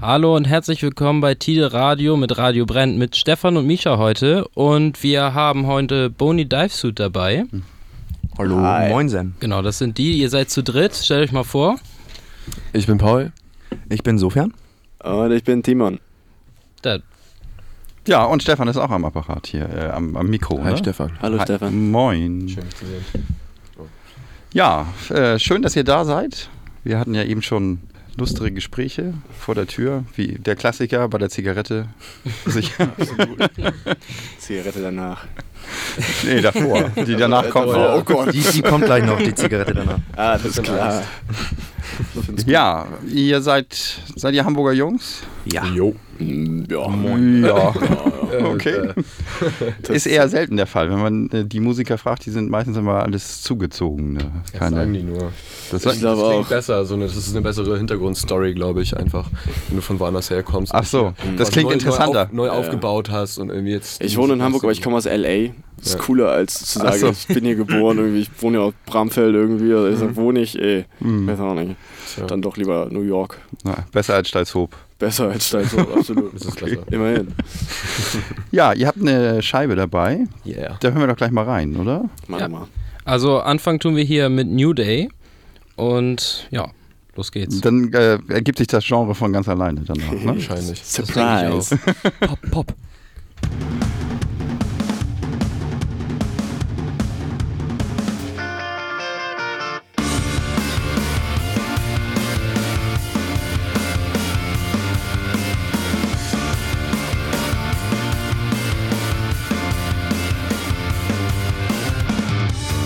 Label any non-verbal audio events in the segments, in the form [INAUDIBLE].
Hallo und herzlich willkommen bei Tide Radio mit Radio Brand mit Stefan und Misha heute. Und wir haben heute Boni Divesuit dabei. Hallo, Hi. Moinsen. Genau, das sind die. Ihr seid zu dritt. Stellt euch mal vor. Ich bin Paul. Ich bin Sofian. Und ich bin Timon. Da, Ja, und Stefan ist auch am Apparat hier, äh, am, am Mikro. Hi ne? Stefan. Hallo Hi, Stefan. Moin. mich zu sehen. Ja, äh, schön, dass ihr da seid. Wir hatten ja eben schon lustige Gespräche vor der Tür, wie der Klassiker bei der Zigarette. Sich, Zigarette danach. nee, [LAUGHS] davor. Die danach kommt. Oh, oh Gott. Die, die kommt gleich noch, die Zigarette danach. Ah, das ist klar. Ja, ihr seid, seid ihr Hamburger Jungs? Ja. Jo. Ja, Ja. [LAUGHS] Äh, Okay. Ist eher selten der Fall. Wenn man äh, die Musiker fragt, die sind meistens immer alles zugezogene. Das sagen Keine. die nur. Das Ich glaube das klingt auch. besser. So eine, das ist eine bessere Hintergrundstory, glaube ich, einfach. Wenn du von woanders herkommst. Ach so, und das was klingt neu, interessanter. Neu, auf, neu Ja. aufgebaut hast und irgendwie jetzt. Ich wohne in Hamburg, aber ich komme aus L.A. Das ist Ja. cooler, als zu Ach sagen, so. ich bin hier geboren, irgendwie, ich wohne ja auf Bramfeld irgendwie, oder ich sag, wohne ich, ey, weiß auch nicht. Ja. Dann doch lieber New York. Na, ne, besser als Steilshoop. Besser als Steinfurt, absolut. [LAUGHS] Das ist klasse. Immerhin. Ja, ihr habt eine Scheibe dabei. Yeah. Da hören wir doch gleich mal rein, oder? Mach Ja. mal. also Anfang tun wir hier mit New Day. Und ja, los geht's. Dann äh, ergibt sich das Genre von ganz alleine danach. [LAUGHS] Ne? [LAUGHS] Wahrscheinlich. Surprise. Pop, pop.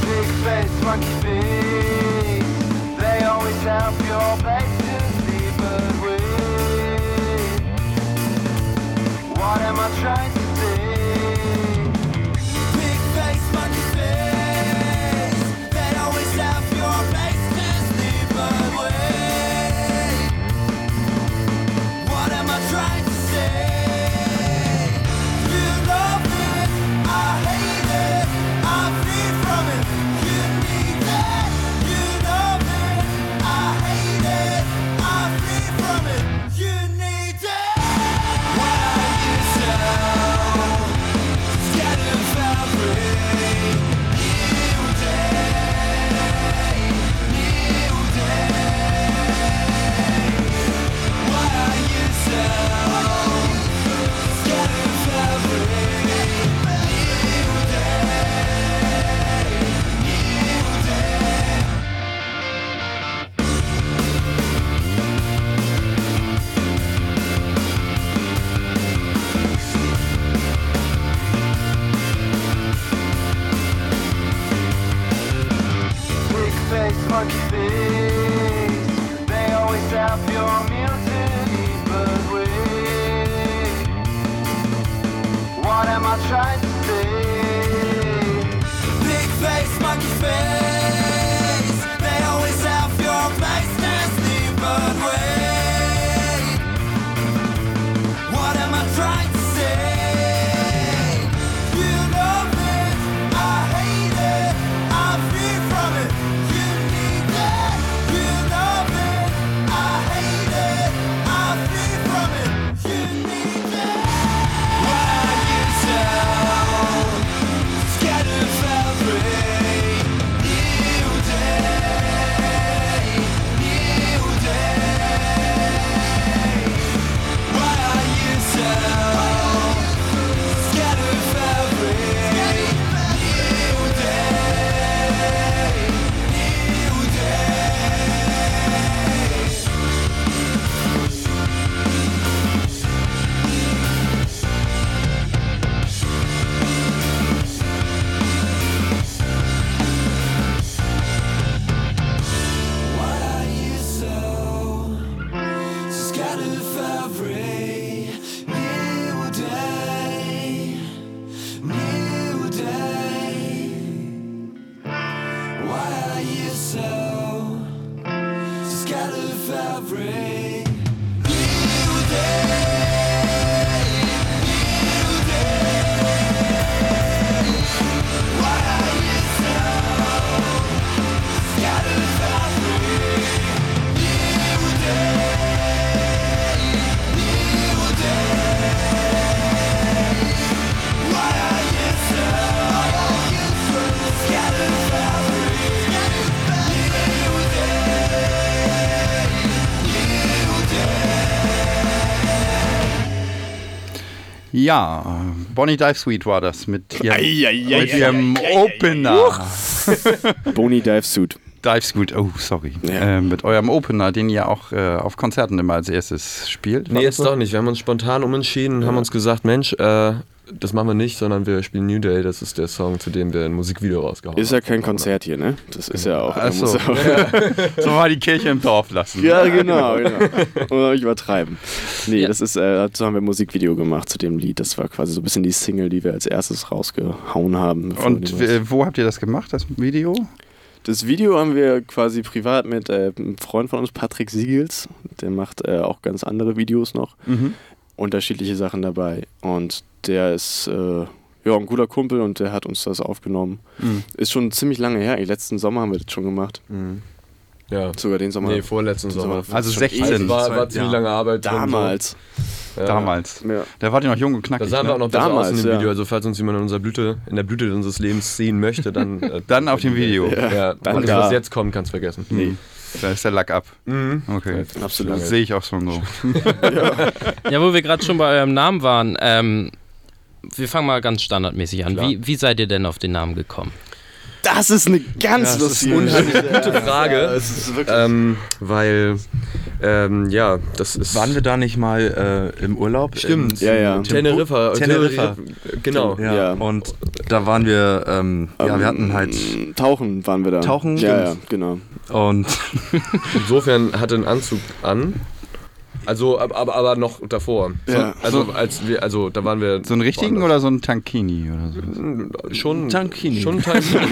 Big face, monkey face. They always have your place to sleep with. What am I trying to say? Big face, monkey face. They always have your place to sleep with. What am I trying to say? You love it, I hate it, I bleed from it. You need it, you love it, I hate it, I bleed from it. You need it. Why are you so scared of every new day, new day? Why are you so? Big face, monkey face. They always have your music, but wait. What am I trying to say? Big face, monkey face. They always have your place to sleep, but wait. What am I trying to say? You love it, I hate it, I flee from it. You need it, you love it, I hate it, I flee from it. You need it. Why are you so scared of every new day, new day? Why are you so scared of every new day, new day? Why are you so scared of every new day, new day? Why are you so scared of every new day, new day? Why are you so scared of every New day, new Ja, Bonnie Dive Suite war das mit ihrem, Eieiei. mit ihrem Opener. Boni Dive Suit. Dive Suite, oh, sorry. Ja. Äh, mit eurem Opener, den ihr auch äh, auf Konzerten immer als erstes spielt. War Nee, das jetzt so? doch nicht. Wir haben uns spontan umentschieden und haben uns gesagt, Mensch, äh, das machen wir nicht, sondern wir spielen New Day. Das ist der Song, zu dem wir ein Musikvideo rausgehauen Ist ja kein Konzert hier, ne? Das ist ja auch. Ach man muss so. auch- So mal die Kirche im Dorf [LAUGHS] lassen. Ja, genau. genau. Und ich übertreiben. Nee, das ist, äh, dazu haben wir ein Musikvideo gemacht zu dem Lied. Das war quasi so ein bisschen die Single, die wir als erstes rausgehauen haben. bevor Und wir- äh, wo habt ihr das gemacht, das Video? das Video haben wir quasi privat mit äh, einem Freund von uns, Patrick Siegels. Der macht äh, auch ganz andere Videos noch. Mhm. Unterschiedliche Sachen dabei. Und der ist äh, ja, ein guter Kumpel und der hat uns das aufgenommen. Mhm. Ist schon ziemlich lange her. Ey, Letzten Sommer haben wir das schon gemacht. Mhm. Ja. Sogar den Sommer. Nee, vorletzten Sommer. Also Schon 16. ewig. Also war, zwei- war ziemlich ja. lange Arbeit. drin, so. Damals. Ja. Damals. Ja. Da wart ihr noch jung und Äh, Da knackig. sahen wir ne? auch noch besser Damals, aus in dem ja. Video. Also falls uns jemand in, unserer Blüte, in der Blüte unseres Lebens sehen möchte, [LAUGHS] dann... äh, Dann auf dem Video. [LAUGHS] Ja, dann alles, da. was jetzt kommt, kannst vergessen. Nee. Da ist der Lack ab. Mhm. Okay. Absolut. Das sehe ich auch schon so. Ja, wo wir gerade schon bei eurem Namen waren, ähm, wir fangen mal ganz standardmäßig an. Klar. Wie, wie seid ihr denn auf den Namen gekommen? Das ist eine ganz lustige Gute Frage. ähm, weil, ähm, ja, das [LAUGHS] ist... Waren wir da nicht mal äh, im Urlaub? Stimmt. In- Ja, also ja. Tim- Teneriffa. Teneriffa. Genau. Ja, Ja. und da waren wir, ähm, ja, wir hatten halt, mm. Tauchen waren wir da. Tauchen, Ja, ja, stimmt. genau. und Insofern hatte einen Anzug an. Also, ab- aber, aber noch davor. Ja. Also, als wir, also, da waren wir. So einen richtigen woanders. oder so einen Tankini oder [LAUGHS] so? Schon. Tankini. Schon Tankini.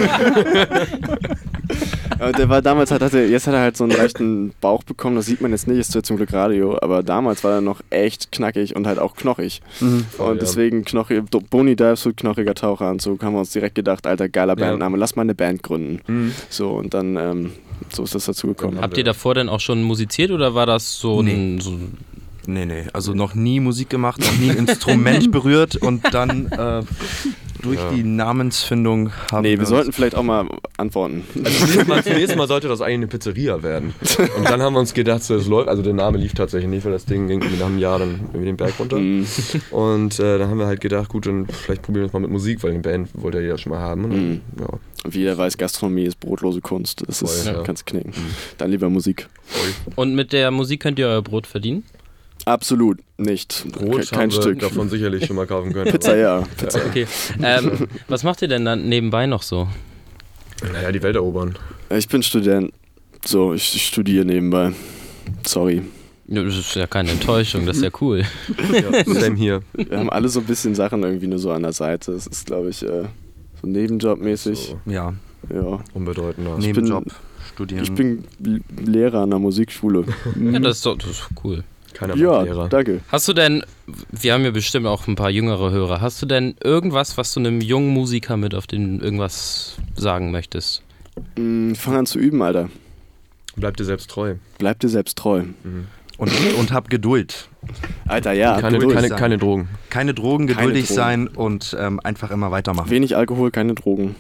Aber der war damals, halt, hatte, jetzt hat er halt so einen leichten Bauch bekommen, das sieht man jetzt nicht, ist ja zum Glück Radio, aber damals war er noch echt knackig und halt auch knochig. Mhm. Voll, und ja. deswegen knochig, Boni Divesuit, knochiger Taucheranzug, haben wir uns direkt gedacht, alter, geiler Ja. Bandname, lass mal eine Band gründen. Mhm. So, und dann, ähm, so ist das dazu Genau. gekommen. Habt ihr davor denn auch schon musiziert oder war das so ein. So, nee, nee, also noch nie Musik gemacht, noch nie ein [LAUGHS] Instrument berührt und dann äh, durch die Namensfindung haben Nee, wir uns- sollten vielleicht auch mal antworten. Also, zunächst mal, zunächst mal sollte das eigentlich eine Pizzeria werden. Und dann haben wir uns gedacht, so, es läuft. Also, der Name lief tatsächlich nicht, weil das Ding ging nach einem Jahr dann irgendwie den Berg runter. Mhm. Und äh, dann haben wir halt gedacht, gut, dann vielleicht probieren wir es mal mit Musik, weil eine Band wollte ja jeder schon mal haben. Und dann, Mhm. ja. Wie jeder weiß, Gastronomie ist brotlose Kunst, das ist, Voll, ja. Mhm. kannst knicken. Dann lieber Musik. und mit der Musik könnt ihr euer Brot verdienen? Absolut nicht. Brot Ke- Kein haben wir Stück. davon sicherlich schon mal kaufen können. Pizza, ja. Pizza. Okay. Ähm, was macht ihr denn dann nebenbei noch so? aber- Naja, die Welt erobern. Ich bin Student. So, ich, ich studiere nebenbei. Sorry. Ja, Das ist ja keine Enttäuschung, das ist ja cool. Same hier. Wir haben alle so ein bisschen Sachen irgendwie nur so an der Seite. Es ist, glaube ich, äh, so nebenjobmäßig. So, Ja, Ja. unbedeutender. bin- Nebenjob, studieren. Ich bin L- Lehrer an der Musikschule. Ja, das ist, doch, das ist cool. Keiner Ja, macht Lehrer. danke. Hast du denn, wir haben ja bestimmt auch ein paar jüngere Hörer, hast du denn irgendwas, was du einem jungen Musiker mit auf den irgendwas sagen möchtest? Mm, fang an zu üben, Alter. Bleib dir selbst treu. Bleib dir selbst treu. und, und hab Geduld. Alter, ja. Keine, Geduld keine, sein. keine Drogen. Keine Drogen, Keine geduldig Drogen. sein und ähm, einfach immer weitermachen. Wenig Alkohol, keine Drogen.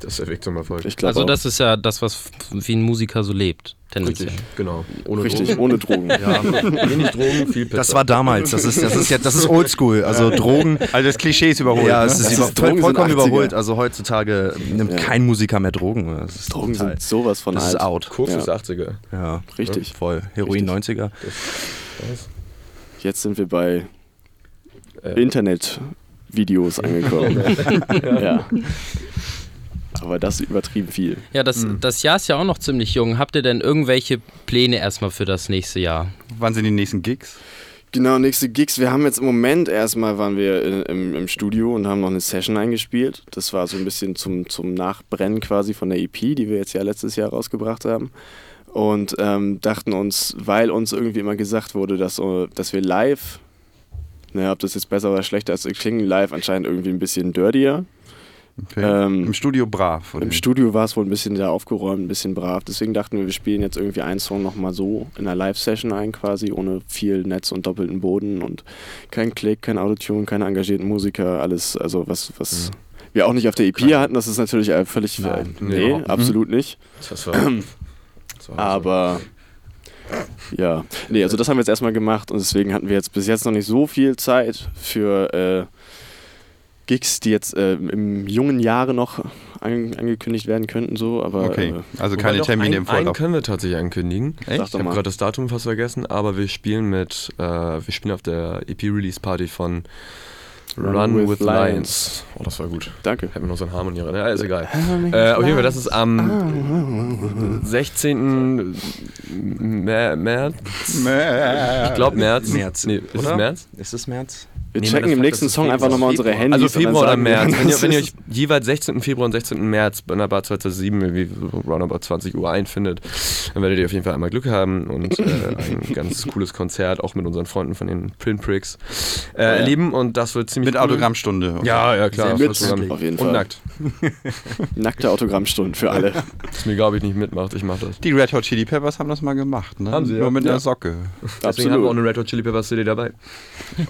Das ist der Weg zum Erfolg. Ich glaube Also auch. das ist ja das, was f- wie ein Musiker so lebt, tendenziell. Genau. Ohne Richtig, Drogen. ohne [LAUGHS] Drogen. Ja. [LAUGHS] Wenig Drogen, viel Pizza. Das war damals, das ist, das ist, jetzt, das ist oldschool, also [LAUGHS] Drogen... Also das Klischee ist überholt. Ja, ne? es ist, Das Also über, ist Drogen voll, vollkommen sind 80er. überholt. Also heutzutage nimmt Ja. kein Musiker mehr Drogen. Das ist Drogen total- sind sowas von das ist ne? alt. out. Koks Ja. ist 80er. Ja, Richtig. voll. Heroin 90er. Jetzt sind wir bei Äh, [LAUGHS] Internet-Videos angekommen. ja. Aber das ist übertrieben viel. Ja, das, das Jahr ist ja auch noch ziemlich jung. Habt ihr denn irgendwelche Pläne erstmal für das nächste Jahr? Wann sind die nächsten Gigs? Genau, nächste Gigs. Wir haben jetzt im Moment erstmal waren wir in, im, im Studio und haben noch eine Session eingespielt. Das war so ein bisschen zum, zum Nachbrennen quasi von der EP, die wir jetzt ja letztes Jahr rausgebracht haben. Und ähm, dachten uns, weil uns irgendwie immer gesagt wurde, dass, äh, dass wir live, ne, ob das jetzt besser oder schlechter ist, klingen live anscheinend irgendwie ein bisschen dirtier. Okay. Ähm, Im Studio brav. oder Im wie? Studio war es wohl ein bisschen sehr aufgeräumt, ein bisschen brav. Deswegen dachten wir, wir spielen jetzt irgendwie einen Song nochmal so in einer Live-Session ein, quasi ohne viel Netz und doppelten Boden und kein Klick, kein Autotune, keine engagierten Musiker, alles, also was, was wir auch nicht auf der EP hatten. Das ist natürlich äh, völlig. Äh, Nee, nee, überhaupt absolut nicht. [CLEARS THROAT] Also. das war, das war Aber Ja, nee, also das haben wir jetzt erstmal gemacht und deswegen hatten wir jetzt bis jetzt noch nicht so viel Zeit für äh, Gigs, die jetzt äh, im jungen Jahre noch ange angekündigt werden könnten, so, aber Okay, äh, also Wobei keine doch, Termine ein- im Vorlauf. Einen können wir tatsächlich ankündigen. sag Ich doch habe mal. gerade das Datum fast vergessen, aber wir spielen mit, äh, wir spielen auf der EP-Release-Party von Run, with, Lions. Oh, das war gut. Danke. Hätten wir noch so ein Harmony rein. Ja, ist egal. Äh, auf jeden Fall, ah. das ist am 16. Mä- März. Ich glaube März. März. Nee, ist es Oder? März? Ist es März? Wir Nee, checken man, im das- nächsten das ist Song Februar. einfach nochmal unsere Handys. Also und dann Februar oder sagen wir, März. Wenn ihr, das wenn ihr [LAUGHS] ist- euch jeweils 16. Februar und 16. März bei einer Bar 2007 irgendwie roundabout 20 Uhr einfindet, dann werdet ihr auf jeden Fall einmal Glück haben und äh, [LAUGHS] ein ganz cooles Konzert auch mit unseren Freunden von den Print Pricks äh, erleben und das wird ziemlich Mit cool. Autogrammstunde. Ja, ja, klar. Mit- voll zusammen. auf jeden Und Fall. nackt. Nackte Autogrammstunden für alle. [LAUGHS] Ist mir egal, ob ich nicht mitmacht, ich mach das. Die Red Hot Chili Peppers haben das mal gemacht, ne? Haben sie, ja. Nur mit Ja. einer Socke. Deswegen haben wir auch Absolut. eine Red Hot Chili Peppers CD dabei. [LAUGHS]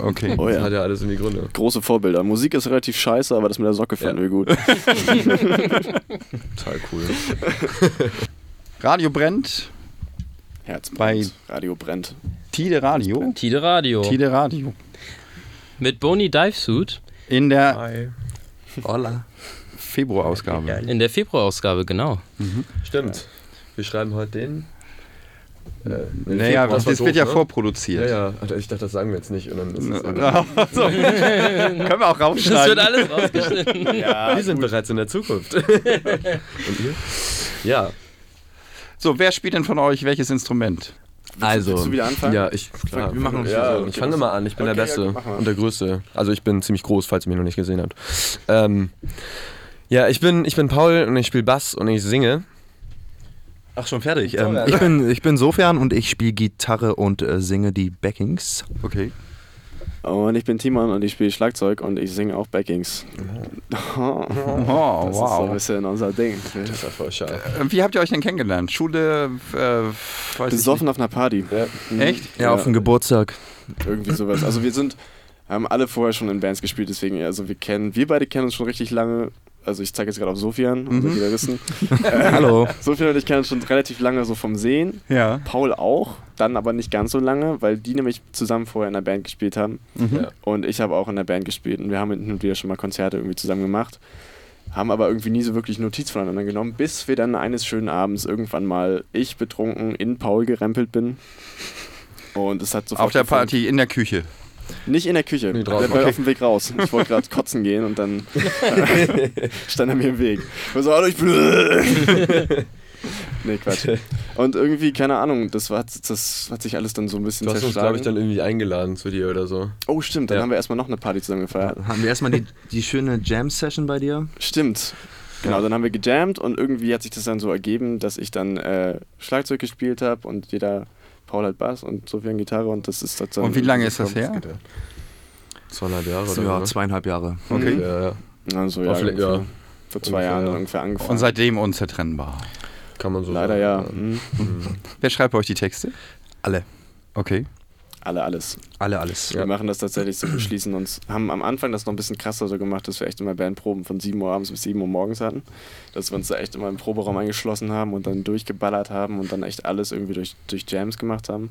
Okay. Oh Das ja. hat ja alles irgendwie Gründe. Große Vorbilder. Musik ist relativ scheiße, aber das mit der Socke fanden Ja. wir [LAUGHS] gut. Total cool. Radio brennt, Herz Bei- brennt. Radio brennt. Tide Radio. Tide Radio. Tide Radio. Mit Boni Divesuit In der Hola. Februarausgabe. in der Februarausgabe, genau. Stimmt. Wir schreiben heute den. Äh, nee, Naja, Februar, das, war doof, wird ja ne? vorproduziert. Ja, ja, Alter, ich dachte, das sagen wir jetzt nicht. Und dann ist es so. Können wir Das auch wird rausschneiden. alles rausgeschnitten. Ah, wir sind bereits in der [LAUGHS] Zukunft. Und ihr? Ja. So, wer spielt denn von euch welches Instrument? Also. willst du wieder anfangen? Ja, ich, klar. Wir machen uns ja, so. ich fange mal an. Ich bin Okay, der ja, Beste gut, mach mal. und der Größte. Also ich bin ziemlich groß, falls ihr mich noch nicht gesehen habt. Ähm, ja, ich bin, ich bin Paul und ich spiele Bass und ich singe. Ach, schon fertig. ähm, ich, bin, ich bin Sofern und ich spiele Gitarre und äh, singe die Backings. Okay. Und ich bin Timon und ich spiele Schlagzeug und ich singe auch Backings. Oh, [LAUGHS] Das ist so ein wow. bisschen unser Ding. Das war voll scharf. Äh, Wie habt ihr euch denn kennengelernt? Schule, äh, weiß ich Besoffen auf einer Party. Mhm. nicht. Echt? Ja, auf dem Geburtstag. irgendwie sowas. Also wir sind, haben alle vorher schon in Bands gespielt, deswegen, also wir kennen, wir beide kennen uns schon richtig lange. Also ich zeige jetzt gerade auf Sofian, unsere Mhm. Gitarristen. Hallo. Sofian und ich kennen uns schon relativ lange so vom Sehen. Ja. Paul auch, dann aber nicht ganz so lange, weil die nämlich zusammen vorher in der Band gespielt haben. Mhm. Ja. Und ich habe auch in der Band gespielt und wir haben hin und wieder schon mal Konzerte irgendwie zusammen gemacht. Haben aber irgendwie nie so wirklich Notiz voneinander genommen, bis wir dann eines schönen Abends irgendwann mal ich betrunken in Paul gerempelt bin. Und es hat sofort Auf der gefunkt. Party, in der Küche. Nicht in der Küche. Nee, Nee, draußen. draußen. Okay. auf dem Weg raus. Ich wollte gerade kotzen gehen und dann äh, [LAUGHS] stand er mir im Weg. Ich war so, hallo, ich bin. [LAUGHS] nee, Quatsch. Und irgendwie, keine Ahnung, das, war, das hat sich alles dann so ein bisschen Du hast uns, glaube zerschlagen. ich, dann irgendwie eingeladen zu dir oder so. oh, stimmt, dann Ja. haben wir erstmal noch eine Party zusammen gefeiert. Haben wir erstmal die, die schöne Jam-Session bei dir? Stimmt. Genau, dann haben wir gejammt und irgendwie hat sich das dann so ergeben, dass ich dann äh, Schlagzeug gespielt habe und jeder. Paul hat Bass und Sofian Gitarre und das ist das dann. Und wie lange ist das her? Zweieinhalb Jahre oder Ja, so. zweieinhalb Jahre. Okay. Ja, ja. Also, Oh, ja, vielleicht- ungefähr. ja. Vor zwei Jahren ja. ungefähr angefangen. Und seitdem unzertrennbar. Kann man so Leider sagen. ja. Mhm. Wer schreibt bei euch die Texte? Alle. Okay. Alle alles. Alle, alles. Wir machen das tatsächlich so, wir schließen uns, haben am Anfang das noch ein bisschen krasser so gemacht, dass wir echt immer Bandproben von 7 Uhr abends bis 7 Uhr morgens hatten. Dass wir uns da echt immer im Proberaum eingeschlossen haben und dann durchgeballert haben und dann echt alles irgendwie durch, durch Jams gemacht haben.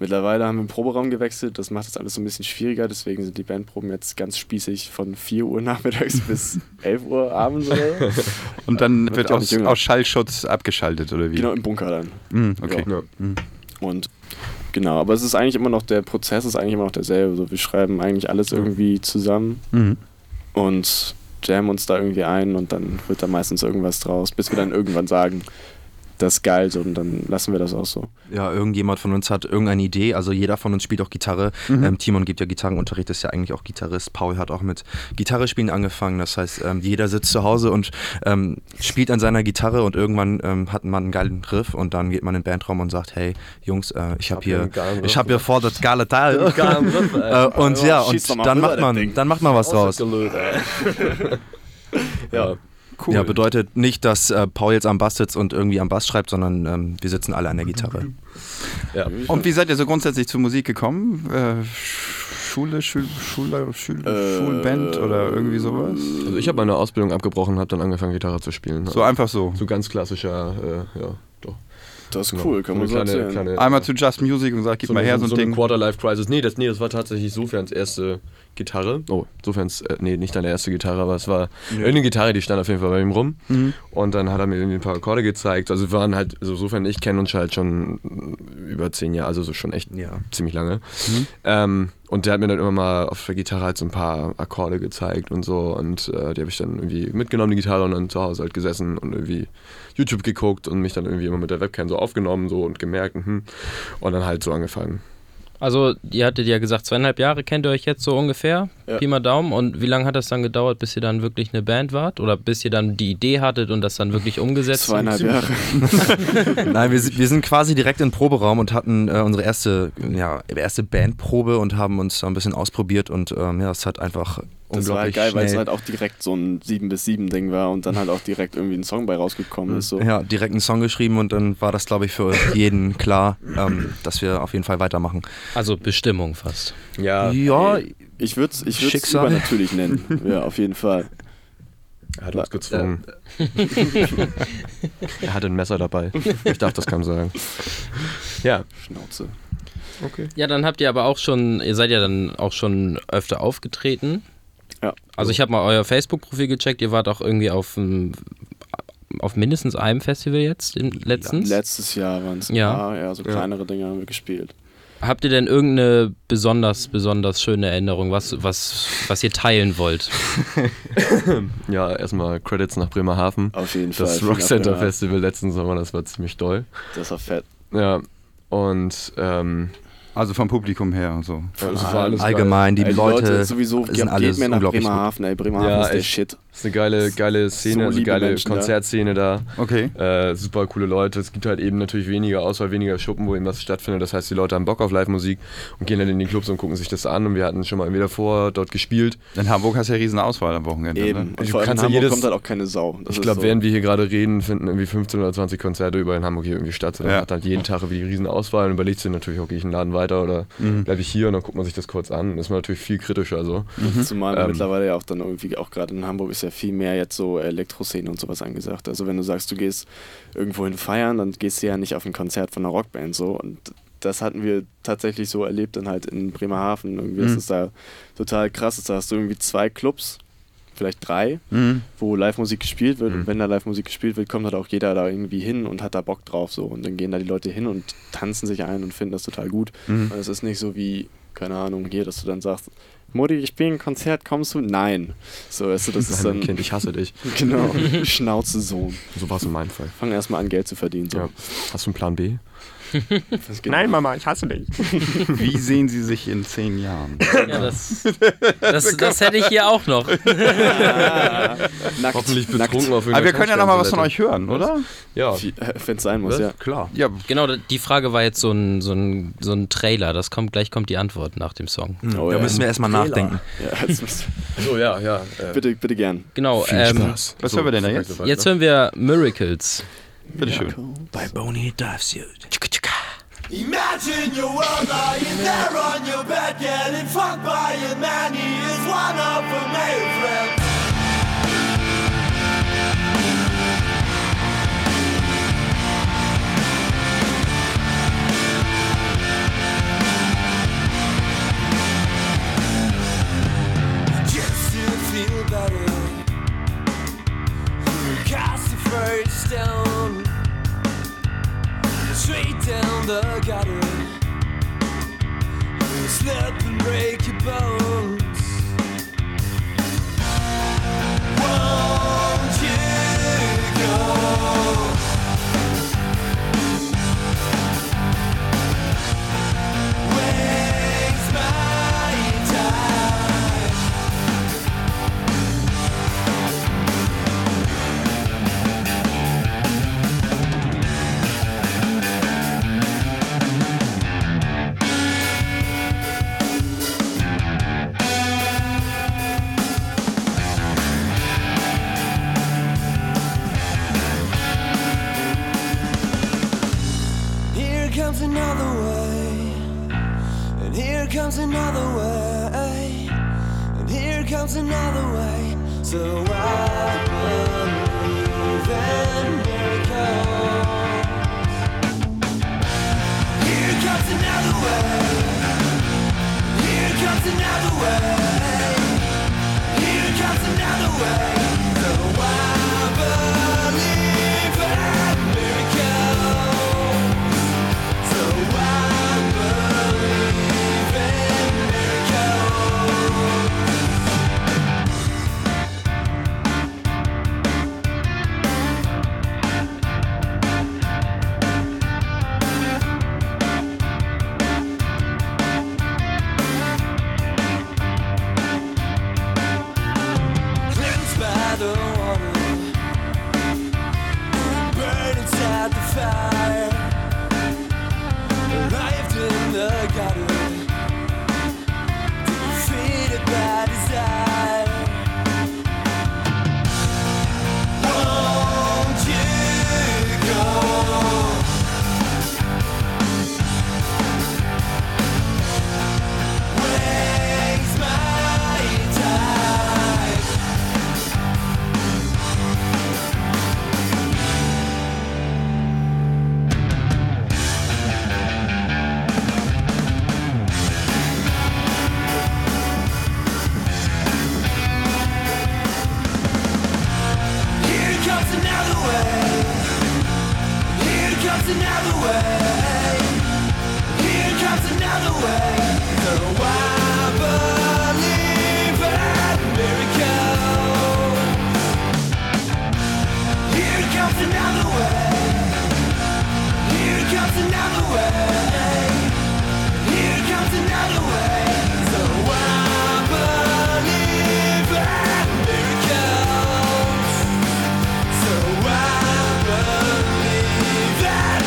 Mittlerweile haben wir den Proberaum gewechselt, das macht das alles so ein bisschen schwieriger, deswegen sind die Bandproben jetzt ganz spießig von 4 Uhr nachmittags [LAUGHS] bis 11 Uhr abends oder [LAUGHS] so. Und dann Wird wird auch aus, nicht jünger. aus Schallschutz abgeschaltet, oder wie? Genau, im Bunker dann. Hm, okay. Ja. Und genau, aber es ist eigentlich immer noch, der Prozess ist eigentlich immer noch derselbe. So, wir schreiben eigentlich alles irgendwie zusammen Mhm. und jammen uns da irgendwie ein und dann wird da meistens irgendwas draus, bis wir dann irgendwann sagen, das ist geil so, und dann lassen wir das auch so. Ja, irgendjemand von uns hat irgendeine Idee. Also jeder von uns spielt auch Gitarre. Mhm. Ähm, Timon gibt ja Gitarrenunterricht, ist ja eigentlich auch Gitarrist. Paul hat auch mit Gitarre spielen angefangen. Das heißt, ähm, jeder sitzt zu Hause und ähm, spielt an seiner Gitarre und irgendwann ähm, hat man einen geilen Riff und dann geht man in den Bandraum und sagt, hey Jungs, äh, ich habe Habt ihr hier, einen geilen ich Riff? habe hier vor das geile [LAUGHS] Teil. Geilen Riff, ey. äh, und ja, Schieß doch mal und dann rüber, macht das man, Ding. dann macht man was draus. ja. Cool. Ja, bedeutet nicht, dass äh, Paul jetzt am Bass sitzt und irgendwie am Bass schreibt, sondern ähm, wir sitzen alle an der Gitarre. ja. Und wie seid ihr so grundsätzlich zur Musik gekommen? Äh, Schule, Schül, Schüler, Schül, Äh, Schulband oder irgendwie sowas? Äh, Also ich habe meine Ausbildung abgebrochen und habe dann angefangen, Gitarre zu spielen. So einfach so. So ganz klassischer, äh, ja, doch. Das ist cool, kann man eine so kleine, erzählen. kleine, Einmal zu Just Music und sag, gib so mal eine- her so so ein eine Ding. Quarter-Life-Crisis. Nee das, nee, das war tatsächlich Sofians erste Gitarre. Oh, Sofians, äh, nee, nicht deine erste Gitarre, aber es war irgendeine Gitarre, die stand auf jeden Fall bei ihm rum. Und dann hat er mir ein paar Akkorde gezeigt. Also wir waren halt, also Sofern und ich kennen uns halt schon über zehn Jahre, also so schon echt Ja. ziemlich lange. Ähm, und der hat mir dann immer mal auf der Gitarre halt so ein paar Akkorde gezeigt und so. Und äh, die habe ich dann irgendwie mitgenommen, die Gitarre, und dann zu Hause halt gesessen und irgendwie YouTube geguckt und mich dann irgendwie immer mit der Webcam so aufgenommen so und gemerkt. mhm. Und dann halt so angefangen. Also, ihr hattet ja gesagt, zweieinhalb Jahre kennt ihr euch jetzt so ungefähr, Ja. Pi mal Daumen. Und wie lange hat das dann gedauert, bis ihr dann wirklich eine Band wart? Oder bis ihr dann die Idee hattet und das dann wirklich umgesetzt? Zweieinhalb Jahre. Nein, wir, sind- wir sind quasi direkt im Proberaum und hatten äh, unsere erste, ja, erste Bandprobe und haben uns da ein bisschen ausprobiert und ähm, ja, es hat einfach Das unglaublich war halt geil, weil schnell, es halt auch direkt so ein 7 bis 7 Ding war und dann halt auch direkt irgendwie ein Song bei rausgekommen ist. So. ja, direkt einen Song geschrieben und dann war das, glaube ich, für jeden klar, ähm, dass wir auf jeden Fall weitermachen. Also Bestimmung fast. Ja, ja, Ich würde es ich würd's Schicksal. übernatürlich [LAUGHS] nennen. Ja, auf jeden Fall. hat uns [LAUGHS] gezwungen. er hatte ein Messer dabei. Ich darf das kaum sagen. Ja, Schnauze. Ja, dann habt ihr aber auch schon, ihr seid ja dann auch schon öfter aufgetreten. Ja. Also ich habe mal euer Facebook-Profil gecheckt, ihr wart auch irgendwie auf, dem- auf mindestens einem Festival jetzt, im letztens. Letztes Jahr waren es Ja. ja. ja, so kleinere Dinge haben wir gespielt. Habt ihr denn irgendeine besonders, besonders schöne Erinnerung, was, was, was ihr teilen wollt? ja erstmal Credits nach Bremerhaven. Auf jeden Fall. Das Vielen Rock Dank, Center Bernhard. Festival letzten Sommer, das war ziemlich doll. Das war fett. Ja, und ähm, Also vom Publikum her und so. das Also war alles allgemein, die Ey, Leute, Also sowieso, sind geht alles mehr nach unglaublich gut. Bremerhaven, ey. Bremerhaven Ja, ist der echt. Shit. Das ist eine geile, geile So Szene, also liebe geile Menschen da. Konzertszene da. Okay. Äh, super coole Leute. Es gibt halt eben natürlich weniger Auswahl, weniger Schuppen, wo eben das stattfindet. Das heißt, die Leute haben Bock auf Live-Musik und gehen dann in die Clubs und gucken sich das an. Und wir hatten schon mal wieder vor dort gespielt. In Hamburg hast du ja riesen Auswahl am Wochenende. Eben. Ne? Und Du vor allem in kannst ja Hamburg jedes- kommt halt auch keine Sau. Das Ich ist glaube, so. während wir hier gerade reden, finden irgendwie 15 oder 20 Konzerte überall in Hamburg hier irgendwie statt. Und Ja. man hat dann jeden Tag irgendwie die riesen Auswahl und überlegt sich natürlich, okay, gehe ich einen Laden weiter oder Mhm. bleibe ich hier und dann guckt man sich das kurz an. Dann ist man natürlich viel kritischer so. Zumal Ähm. mittlerweile ja auch dann irgendwie, auch gerade in Hamburg ist ja viel mehr jetzt so Elektroszene und sowas angesagt. Also wenn du sagst, du gehst irgendwo hin feiern, dann gehst du ja nicht auf ein Konzert von einer Rockband so. Und das hatten wir tatsächlich so erlebt dann halt in Bremerhaven. Irgendwie ist es da total krass. Also Da hast du irgendwie zwei Clubs, vielleicht drei, Mhm. wo Live-Musik gespielt wird. Und Mhm. wenn da Live-Musik gespielt wird, kommt halt auch jeder da irgendwie hin und hat da Bock drauf so. Und dann gehen da die Leute hin und tanzen sich ein und finden das total gut. Mhm. Und es ist nicht so wie, keine Ahnung, hier, dass du dann sagst, Mutti, ich spiele ein Konzert, kommst du? Nein. So, weißt du, das ist dann, Kind, ich hasse dich. [LAUGHS] genau, Schnauze Sohn. So war es in meinem Fall. Fang erstmal an, Geld zu verdienen. So. Ja. Hast du einen Plan B? Das geht Nein, Mama, ich hasse dich. Wie sehen sie sich in zehn Jahren? Ja, [LAUGHS] das, das, das hätte ich hier auch noch. [LAUGHS] nackt, Hoffentlich betrunken auf Aber wir können ja noch mal was von euch hören, oder? Ja, Wenn es Äh, sein muss, Was? ja. klar. Ja, Genau, die Frage war jetzt so ein, so ein, so ein Trailer. Das kommt, gleich kommt die Antwort nach dem Song. Oh, da ja. müssen wir erstmal nachdenken. ja jetzt müsst- so ja, ja. Äh, bitte, bitte gern. Genau, ähm, was hören wir denn da jetzt? jetzt hören wir Miracles. bitteschön. Bei Boney Dives Suit. Imagine you're all lying there on your bed, getting fucked by a man. He is one of a male friend. Just to feel better, you cast the first stone straight down the gutter. Slip and break your bones. Won't you go? Waste my time. Here comes another way, and here comes another way, and here comes another way. So I believe in miracles. comes another way. Here comes another way. Here comes another way. So I believe in miracles. So I believe in miracles. Cleansed by the water, burned inside the fire. Arrived in the gutter, defeated by desire. Won't you go? Waste my time. Here comes another way. Here comes another way. Here comes another way. So I believe in miracles. Here comes another way. Here comes another way. Here comes another way. So I believe in miracles. So I believe in miracles.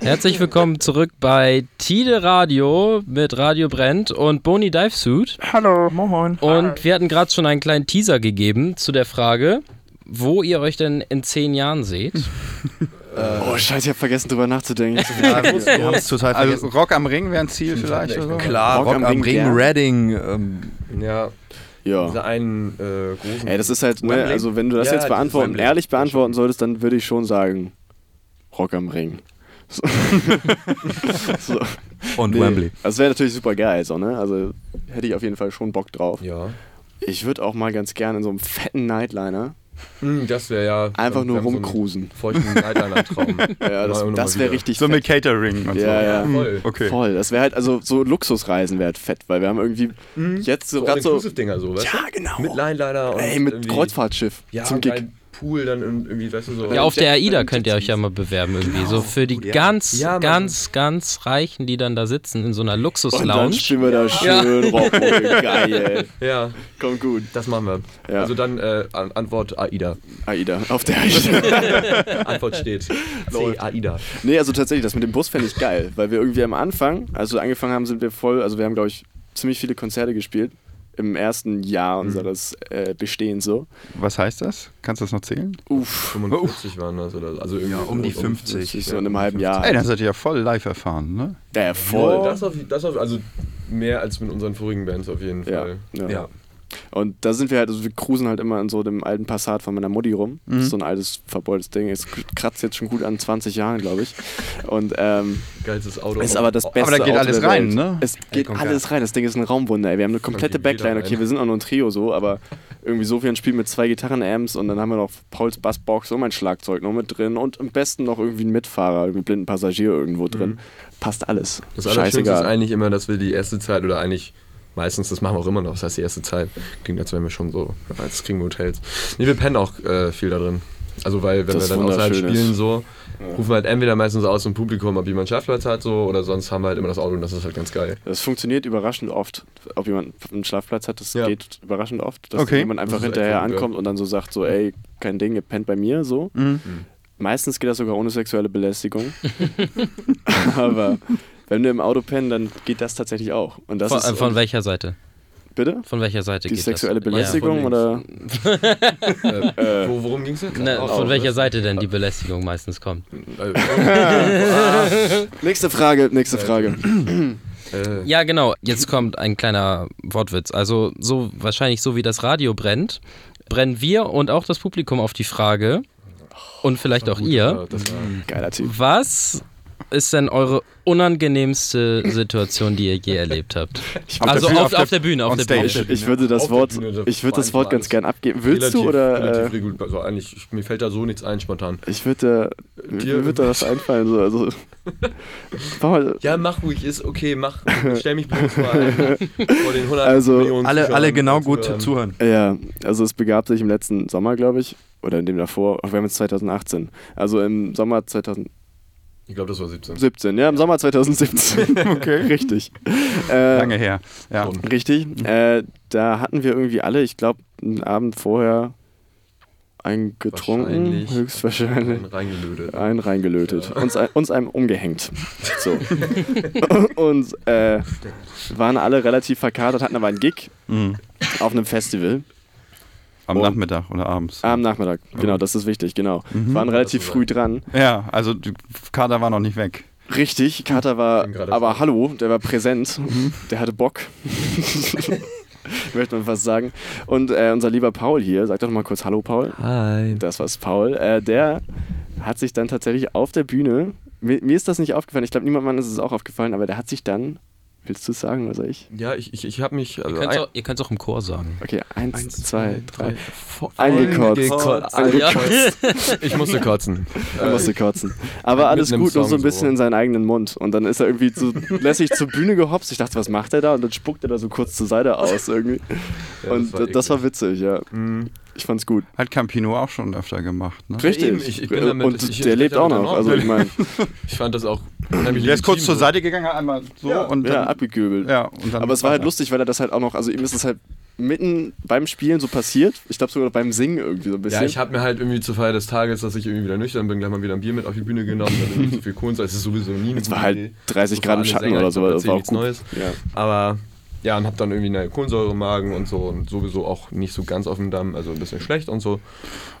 Herzlich willkommen zurück bei Tide Radio mit Radio Brent und Boni Divesuit. Hallo. Moin. Und wir hatten gerade schon einen kleinen Teaser gegeben zu der Frage, wo ihr euch denn in zehn Jahren seht. Äh. Oh, scheiße, ich hab vergessen drüber nachzudenken. [LAUGHS] Ich hab so viel Ja, wir haben es total Also vergessen. Rock am Ring wäre ein Ziel vielleicht oder so. Klar, Rock, am Ring, gern. Redding. Ähm, Ja, Ja. diese einen äh, großen. Ey, das ist halt, ne, Wembley. also wenn du das Ja, jetzt beantworten, Wembley. ehrlich beantworten solltest, dann würde ich schon sagen, Rock am Ring. So. so. und Nee. Wembley. Das wäre Also natürlich super geil, so, ne? Also hätte ich auf jeden Fall schon Bock drauf. ja. Ich würde auch mal ganz gerne in so einem fetten Nightliner Hm, Das wäre ja. einfach wir nur haben so einen rumcruisen. Feuchten [LAUGHS] Nightliner-Traum. Ja, das, das wäre richtig So mit fett. Catering und so. Ja, ja. Voll. Okay. Voll. Das wäre halt, also so Luxusreisen wäre fett, weil wir haben irgendwie Mhm. jetzt so So gerade so. Dinger so, weißt Ja, du? genau. Mit Liner und Ey, mit irgendwie- Kreuzfahrtschiff ja, zum zum Gig. Pool dann in- irgendwie, weißt du, so. Ja, auf der AIDA könnt ihr euch ja mal bewerben irgendwie. So für die ganz, Ja, Mann. ganz, ganz Reichen, die dann da sitzen in so einer Und dann Luxus-Lounge. spielen wir da schön [LAUGHS] Rockmucke. Geil, ey. Ja, Kommt gut. das machen wir. Ja. Also dann äh, An Antwort AIDA. AIDA, auf der AIDA. [LAUGHS] Antwort steht C, AIDA. nee, also tatsächlich, das mit dem Bus fände ich geil, weil wir irgendwie am Anfang, als wir angefangen haben, sind wir voll, also wir haben, glaube ich, ziemlich viele Konzerte gespielt im ersten Jahr unseres äh, Bestehens so. Was heißt das? Kannst du das noch zählen? Uff. 45 Oh. waren das oder so. also irgendwie. Ja, um die so. 50. So in einem halben Jahr. Ey, dann seid ihr ja voll live erfahren, ne? Der Voll. voll. Das auf, das auf, also mehr als mit unseren vorigen Bands auf jeden Ja, Fall. ja. Ja. Und da sind wir halt, also wir cruisen halt immer in so dem alten Passat von meiner Mutti rum. Das ist so ein altes, verbeultes Ding. Es kratzt jetzt schon gut an 20 Jahren, glaube ich. Und ähm, Geilstes Auto. Oh, ist aber das Beste. da geht Auto alles der rein, Welt. ne? Es geht kommt alles rein. Das Ding ist ein Raumwunder, ey. Wir haben eine komplette geht jeder Backline. rein. Okay, wir sind auch nur ein Trio so, aber irgendwie so viel ein Spiel mit zwei Gitarrenamps und dann haben wir noch Pauls Bassbox und mein Schlagzeug noch mit drin und am besten noch irgendwie ein Mitfahrer, irgendwie einen blinden Passagier irgendwo drin. Passt alles. Das Allerschönste ist Scheißegal. eigentlich immer, dass wir die erste Zeit oder eigentlich meistens, das machen wir auch immer noch, das heißt die erste Zeit, klingt als wären wir schon so, als kriegen wir Hotels. Nee, wir pennen auch äh, viel da drin. Also weil, wenn Das wir dann außerhalb wunderschön ist. spielen so, rufen wir halt entweder meistens aus dem Publikum, ob jemand Schlafplatz hat so, oder sonst haben wir halt immer das Auto und das ist halt ganz [LAUGHS] geil. Das funktioniert überraschend oft. Ob jemand einen Schlafplatz hat, das Ja. geht überraschend oft, dass Okay. jemand einfach Das ist hinterher echt gut, ja. ankommt und dann so sagt, so, ey, kein Ding, ihr pennt bei mir, so. Meistens geht das sogar ohne sexuelle [LAUGHS] Belästigung. [LAUGHS] Aber wenn du im Auto pennst, dann geht das tatsächlich auch. Und das Von, ist äh, von welcher Seite? Bitte? Von welcher Seite Die geht sexuelle das? Ja, von Belästigung links. oder? äh, Ähm, Wo, worum ging es jetzt? Na, Ne, von ne? [LAUGHS] welcher Seite denn die Belästigung meistens kommt? Ah, nächste Frage, nächste Frage. äh, Ja, genau. Jetzt kommt ein kleiner Wortwitz. Also so wahrscheinlich so wie das Radio brennt, brennen wir und auch das Publikum auf die Frage und vielleicht auch ihr. genau, Mhm. Das war, Geiler Typ. Was ist denn eure unangenehmste Situation, die ihr je erlebt habt? also Bühne, auf, auf der- auf der Bühne, auf on der stage. Bühne. Ich, ich würde das Auf der Wort, Bühne, das ich würde das Wort ganz alles. gern abgeben. Willst relativ, du oder? Relativ Äh, regulär. Also eigentlich, ich, mir fällt da so nichts ein spontan. ich würde, äh, Dir- mir würde da was einfallen. So, [LAUGHS] also, Mach mal- Ja, mach ruhig, ist okay, [LAUGHS] mach. Stell mich bloß mal ein. vor den 100 Also, Millionen Alle, Zuschauern alle genau und gut ähm, Zuhörern. zuhören. Ja, also es begab sich im letzten Sommer, glaube ich, oder in dem davor, ach, wir haben jetzt 2018, also im Sommer 2017, Ich glaube, das war 17. ja, im Sommer 2017. okay. [LAUGHS] Richtig. Äh, Lange her. Ja. Richtig. Äh, da hatten wir irgendwie alle, ich glaube, einen Abend vorher einen getrunken, Wahrscheinlich. höchstwahrscheinlich. Reingelötet. Einen reingelötet. Uns, ein- uns einem umgehängt. So. und äh, waren alle relativ verkatert, hatten aber einen Gig Mhm. auf einem Festival. Am Und- Nachmittag oder abends. Am Nachmittag, genau, das ist wichtig, genau. Waren relativ früh dran. Ja, also die Kader war noch nicht weg. Richtig, Kater war, Bin gerade aber hallo, der war präsent, [LAUGHS] der hatte Bock. Möchte man fast sagen. Und äh, unser lieber Paul hier, sag doch mal kurz Hallo Paul. Hi. Das war's, Paul. Äh, der hat sich dann tatsächlich auf der Bühne, mir, mir ist das nicht aufgefallen, ich glaube, niemandem ist es auch aufgefallen, aber der hat sich dann, willst du es sagen oder soll ich? Ja, ich, ich, ich habe mich. Also, ein- Ihr könnt es auch im Chor sagen. Okay, eins, zwei, drei. Voll Eingekotzt. gekotzt. Angekotzt. Ich musste kotzen. Er musste kotzen. Aber alles einem gut, nur so Song ein bisschen so. in seinen eigenen Mund. Und dann ist er irgendwie [LAUGHS] so lässig zur Bühne gehopst. Ich dachte, was macht er da? Und dann spuckt er da so kurz zur Seite aus irgendwie. Und das war, das war witzig, ja. Mhm. Ich fand's gut. Hat Campino auch schon öfter gemacht. Ne? Richtig. eben, ich- ich bin damit- und ich- der ich- lebt ich- auch ich- noch. Also ich [LAUGHS] meine, Ich fand das auch. unheimlich Der ist kurz legitim, zur so. Seite gegangen, hat einmal so und ja, dann. abgegöbelt. ja, und dann Aber es war halt weiter. lustig, weil er das halt auch noch, also ihm ist es halt mitten beim Spielen so passiert. Ich glaube sogar beim Singen irgendwie so ein bisschen. Ja, ich habe mir halt irgendwie zur Feier des Tages, dass ich irgendwie wieder nüchtern bin, gleich mal wieder ein Bier mit auf die Bühne genommen, dann irgendwie zu viel Kohlensäure. Es ist sowieso nie eine es war gute halt Idee. 30 So für Grad im alle Schatten Sänger, oder ich so, glaub, aber da das war auch zählt gut. nichts Neues. Ja. Aber ja, und hab dann irgendwie eine Kohlensäure im Magen und so und sowieso auch nicht so ganz auf dem Damm, also ein bisschen schlecht und so.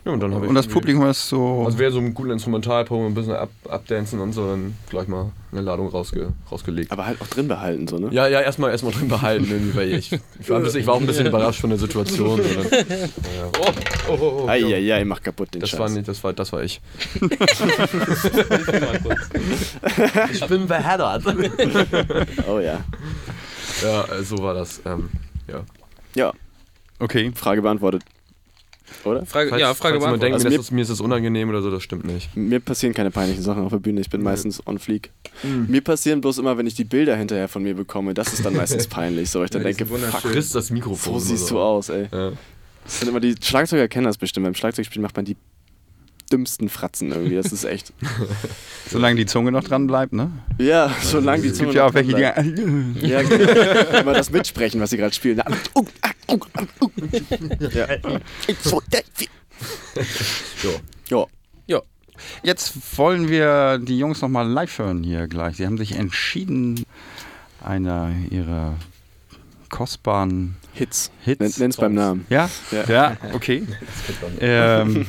Ja, und dann habe ich Und das irgendwie- Publikum ist so. Also wäre so ein guter Instrumentalpump, ein bisschen ab, abdancen und so, dann gleich mal eine Ladung rausge, rausgelegt. aber halt auch drin behalten, so, ne? ja, ja, erstmal erstmal drin behalten irgendwie, weil ich, ich, war ein bisschen, ich war auch [LAUGHS] ein bisschen überrascht von der Situation. Oder? Ja. Oh, oh, oh, oh. Eieiei, mach kaputt den Das Scheiß. war nicht, das war, das war ich. ich bin beheddert. oh ja. Ja, äh, so war das. Ähm, ja. Ja, okay. Frage beantwortet. Oder? Frage, Falls, ja, Frage falls jemand denkt, beantwortet. Also mir, mir- das ist, mir ist das unangenehm oder so, das stimmt nicht. Mir passieren keine peinlichen Sachen auf der Bühne, ich bin meistens on fleek. Mir passieren bloß immer, wenn ich die Bilder hinterher von mir bekomme, das [LAUGHS] ist dann meistens peinlich, so weil ich dann denke, fuck, Chris, das Mikrofon. so siehst du auch. aus, ey. Ja. Das sind immer die Schlagzeuger kennen das bestimmt, beim Schlagzeugspielen macht man die dümmsten Fratzen irgendwie, das ist [LAUGHS] echt. Solange die Zunge noch dran bleibt, ne? Ja, solange die Es gibt ja auch welche, [LAUGHS] die. Ja, genau. Immer das mitsprechen, was sie gerade [LAUGHS] spielen. Ja. Ja. Ja. Jetzt wollen wir die Jungs nochmal live hören hier gleich. Sie haben sich entschieden, einer ihrer kostbaren Hits. Hits. Nenn es beim Namen. ja? Ja. ja, okay. ähm,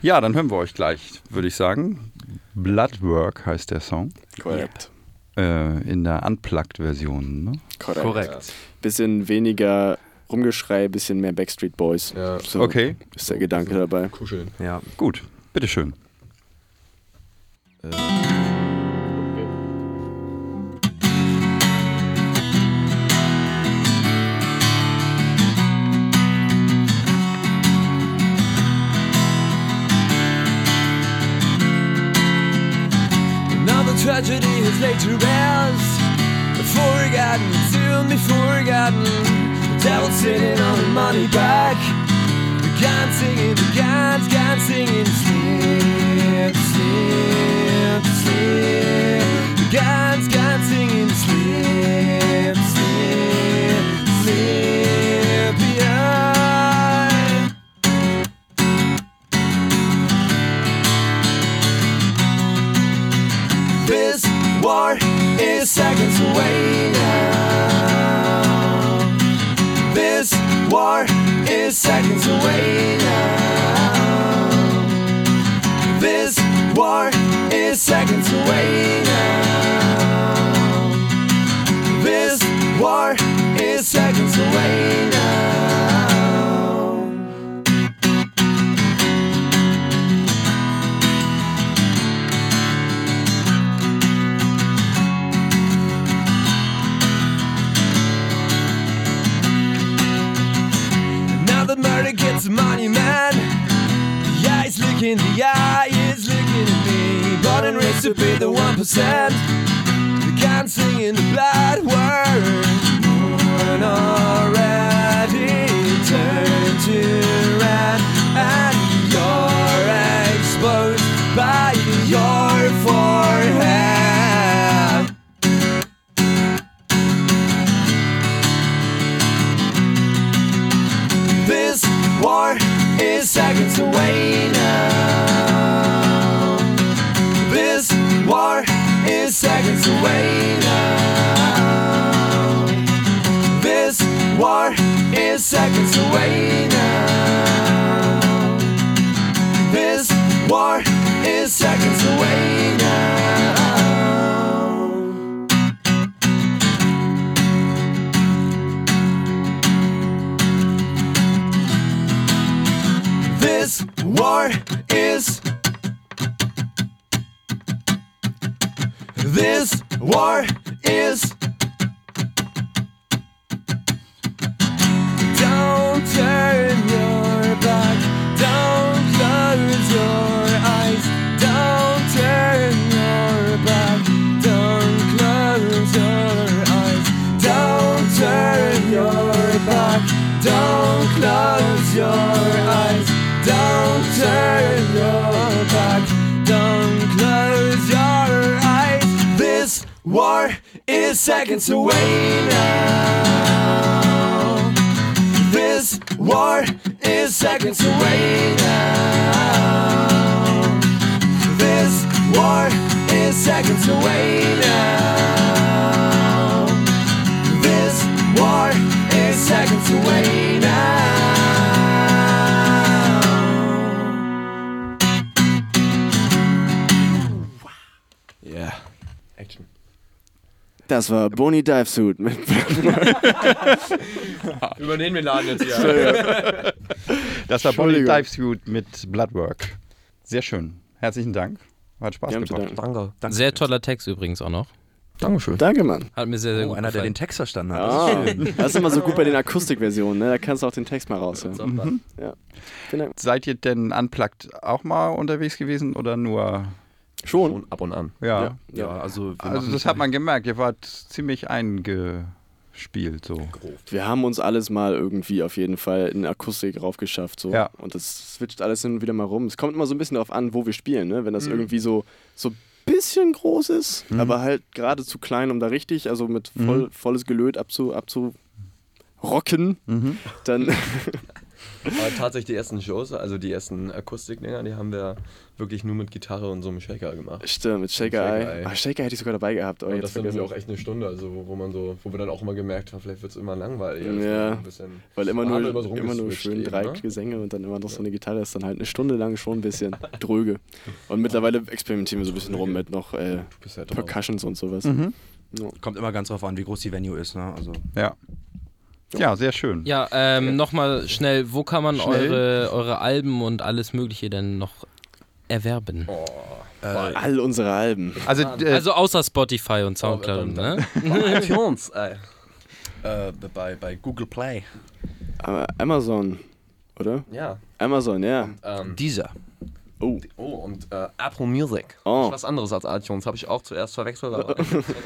ja, dann hören wir euch gleich, würde ich sagen. Bloodwork heißt der Song. Korrekt. Äh, in der Unplugged-Version. Ne? Korrekt. Korrekt. Bisschen weniger Rumgeschrei, bisschen mehr Backstreet Boys. Ja. So Okay, Ist der Gedanke dabei. Kuscheln. Ja. gut. Bitteschön. Another tragedy has laid to rest. Forgotten, soon be forgotten. The devil sitting on the money back. The gun singing, the guns, gun singing. Sleep, sleep, sleep. The guns, gun singing. Sleep, sleep, sleep. Yeah. This war is seconds away now. War is seconds away now. This war is seconds away now. This war is seconds away now. Now that murder gets a monument The eye is looking, the eye is looking at me Born and raised to be the 1% The kind singing the blood word Born already turned to red And you're exposed by your forehead This war is seconds away now. This war is seconds away now. This war is seconds away now. This war is seconds away now. This war is. This war is. Don't turn your back. Don't close your eyes. Don't turn your back. Don't close your eyes. Don't turn your back. Don't close your eyes. Don't turn your back. Don't close your eyes. This war is seconds away now. This war is seconds away now. This war is seconds away now. This war is seconds away now. Yeah. Action. Das war Bonnie Divesuit mit Übernehmen wir Laden [LAUGHS] jetzt hier. Das war Bonnie Entschuldigung. Dives Suit mit Bloodwork. Sehr schön. Herzlichen Dank. Hat Spaß Ja, gemacht. bitte. Danke. Sehr toller Text übrigens auch noch. Dankeschön. [LAUGHS] Danke, Mann. Hat mir sehr, sehr Oh, gut einer, der gefallen. den Text verstanden hat. Das ist Ah, das ist immer so gut bei den Akustikversionen, ne? Da kannst du auch den Text mal raushören. Ja. Vielen Dank. Seid ihr denn unplugged auch mal unterwegs gewesen oder nur? Schon. Und ab und an. Ja. Ja. schön. ja, also, wir Also machen- das hat man gemerkt. Ihr wart ziemlich eingespielt so. Wir haben uns alles mal irgendwie auf jeden Fall in Akustik raufgeschafft. So. Ja. Und das switcht alles hin und wieder mal rum. Es kommt immer so ein bisschen darauf an, wo wir spielen. Ne? Wenn Mhm. das irgendwie so, so ein bisschen groß ist, aber halt gerade zu klein, um da richtig, also mit voll, volles Gelöt abzu, abzurocken, dann [LAUGHS] Aber tatsächlich die ersten Shows, also die ersten Akustikdinger, die haben wir wirklich nur mit Gitarre und so einem Shaker gemacht. stimmt, mit Shaker, Shaker Eye. Eye. Ah, Shaker hätte ich sogar dabei gehabt, aber Und jetzt das dann vergessen. auch echt eine Stunde, also wo, wo man so, wo wir dann auch immer gemerkt haben, vielleicht wird es immer langweilig. Ja. Also ein bisschen- Weil immer Da nur, haben wir so immer nur rumgeswitcht schön eben, drei [LAUGHS] ne? Gesänge und dann immer noch so eine Gitarre ist dann halt eine Stunde lang schon ein [LAUGHS] bisschen dröge. Und mittlerweile experimentieren wir so ein bisschen rum mit noch äh, bist ja drauf. Percussions und sowas. Mhm. kommt immer ganz drauf an, wie groß die Venue ist. Ne? Also, Ja. Ja, sehr schön. Ja, ähm, nochmal schnell, wo kann man Schnell. Eure, eure Alben und alles Mögliche denn noch erwerben? Oh. All unsere Alben. Also, äh, also außer Spotify Oh, und Soundcloud, dann- ne? [LAUGHS] iTunes, ey. äh, bei, bei Google Play. Aber Äh, Amazon, oder? Ja. Amazon, ja. Ähm, Dieser. Oh, oh, und äh, Apple Music. Oh. Ist was anderes als iTunes, habe ich auch zuerst verwechselt. Aber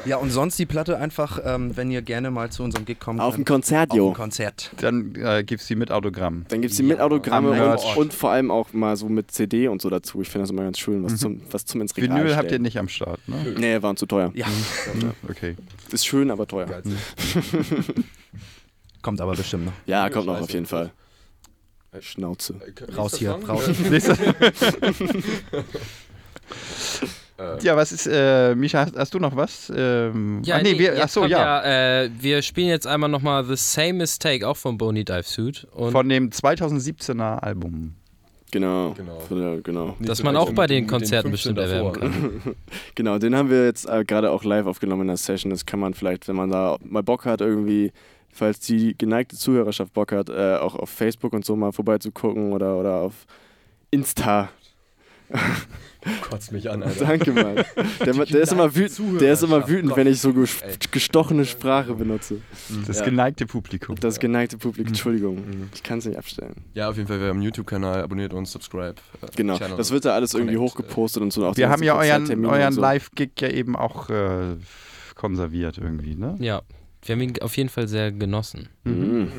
Ja, und sonst die Platte einfach, ähm, wenn ihr gerne mal zu unserem Gig kommt. auf dem dann- Konzert, auf ein jo. Konzert. dann äh, gibt's die mit Autogramm. Dann gibt es die mit Autogramme Am und, Merch. und vor allem auch mal so mit CD und so dazu. Ich finde das immer ganz schön, was zum, was zum ins Regal Mhm. Vinyl stellen. habt ihr nicht am Start, ne? Hm, Nee, waren zu teuer. Ja, [LAUGHS] Okay. Ist schön, aber teuer. kommt aber bestimmt noch. Ja, kommt noch auf jeden Fall. Äh, Schnauze. Raus hier, raus. Nächster- Ja, was ist, äh, Micha, hast, hast du noch was? Ähm, Ja, ah, nee, wir, jetzt ach so, kommt ja. äh, wir spielen jetzt einmal nochmal The Same Mistake, auch von Boney Dive Suit. Und Von dem 2017er Album. Genau. Genau. Von der- genau. dass man auch bei den Konzerten bestimmt erwerben kann. kann. Genau, den haben wir jetzt äh, gerade auch live aufgenommen in der Session. Das kann man vielleicht, wenn man da mal Bock hat, irgendwie, falls die geneigte Zuhörerschaft Bock hat, äh, auch auf Facebook und so mal vorbeizugucken oder, oder auf Insta. [LAUGHS] Kotzt mich an, [LAUGHS] [LAUGHS] Alter. Danke, Mann. Der, der, ist, immer wütend, der ist immer wütend, wenn ich so ges gestochene Sprache benutze. Mhm. Das Ja. geneigte Publikum. Das geneigte Publikum, Mhm. Entschuldigung, ich kann es nicht abstellen. Ja, auf jeden Fall, wir haben einen YouTube-Kanal, abonniert uns, subscribe. äh, Genau, Channel. das wird da alles irgendwie Connect, äh. hochgepostet und so. Auch die wir ganzen haben ja euren, Konzerttermine und euren so. Live-Gig ja eben auch äh, konserviert irgendwie, ne? Ja, wir haben ihn auf jeden Fall sehr genossen. Mhm.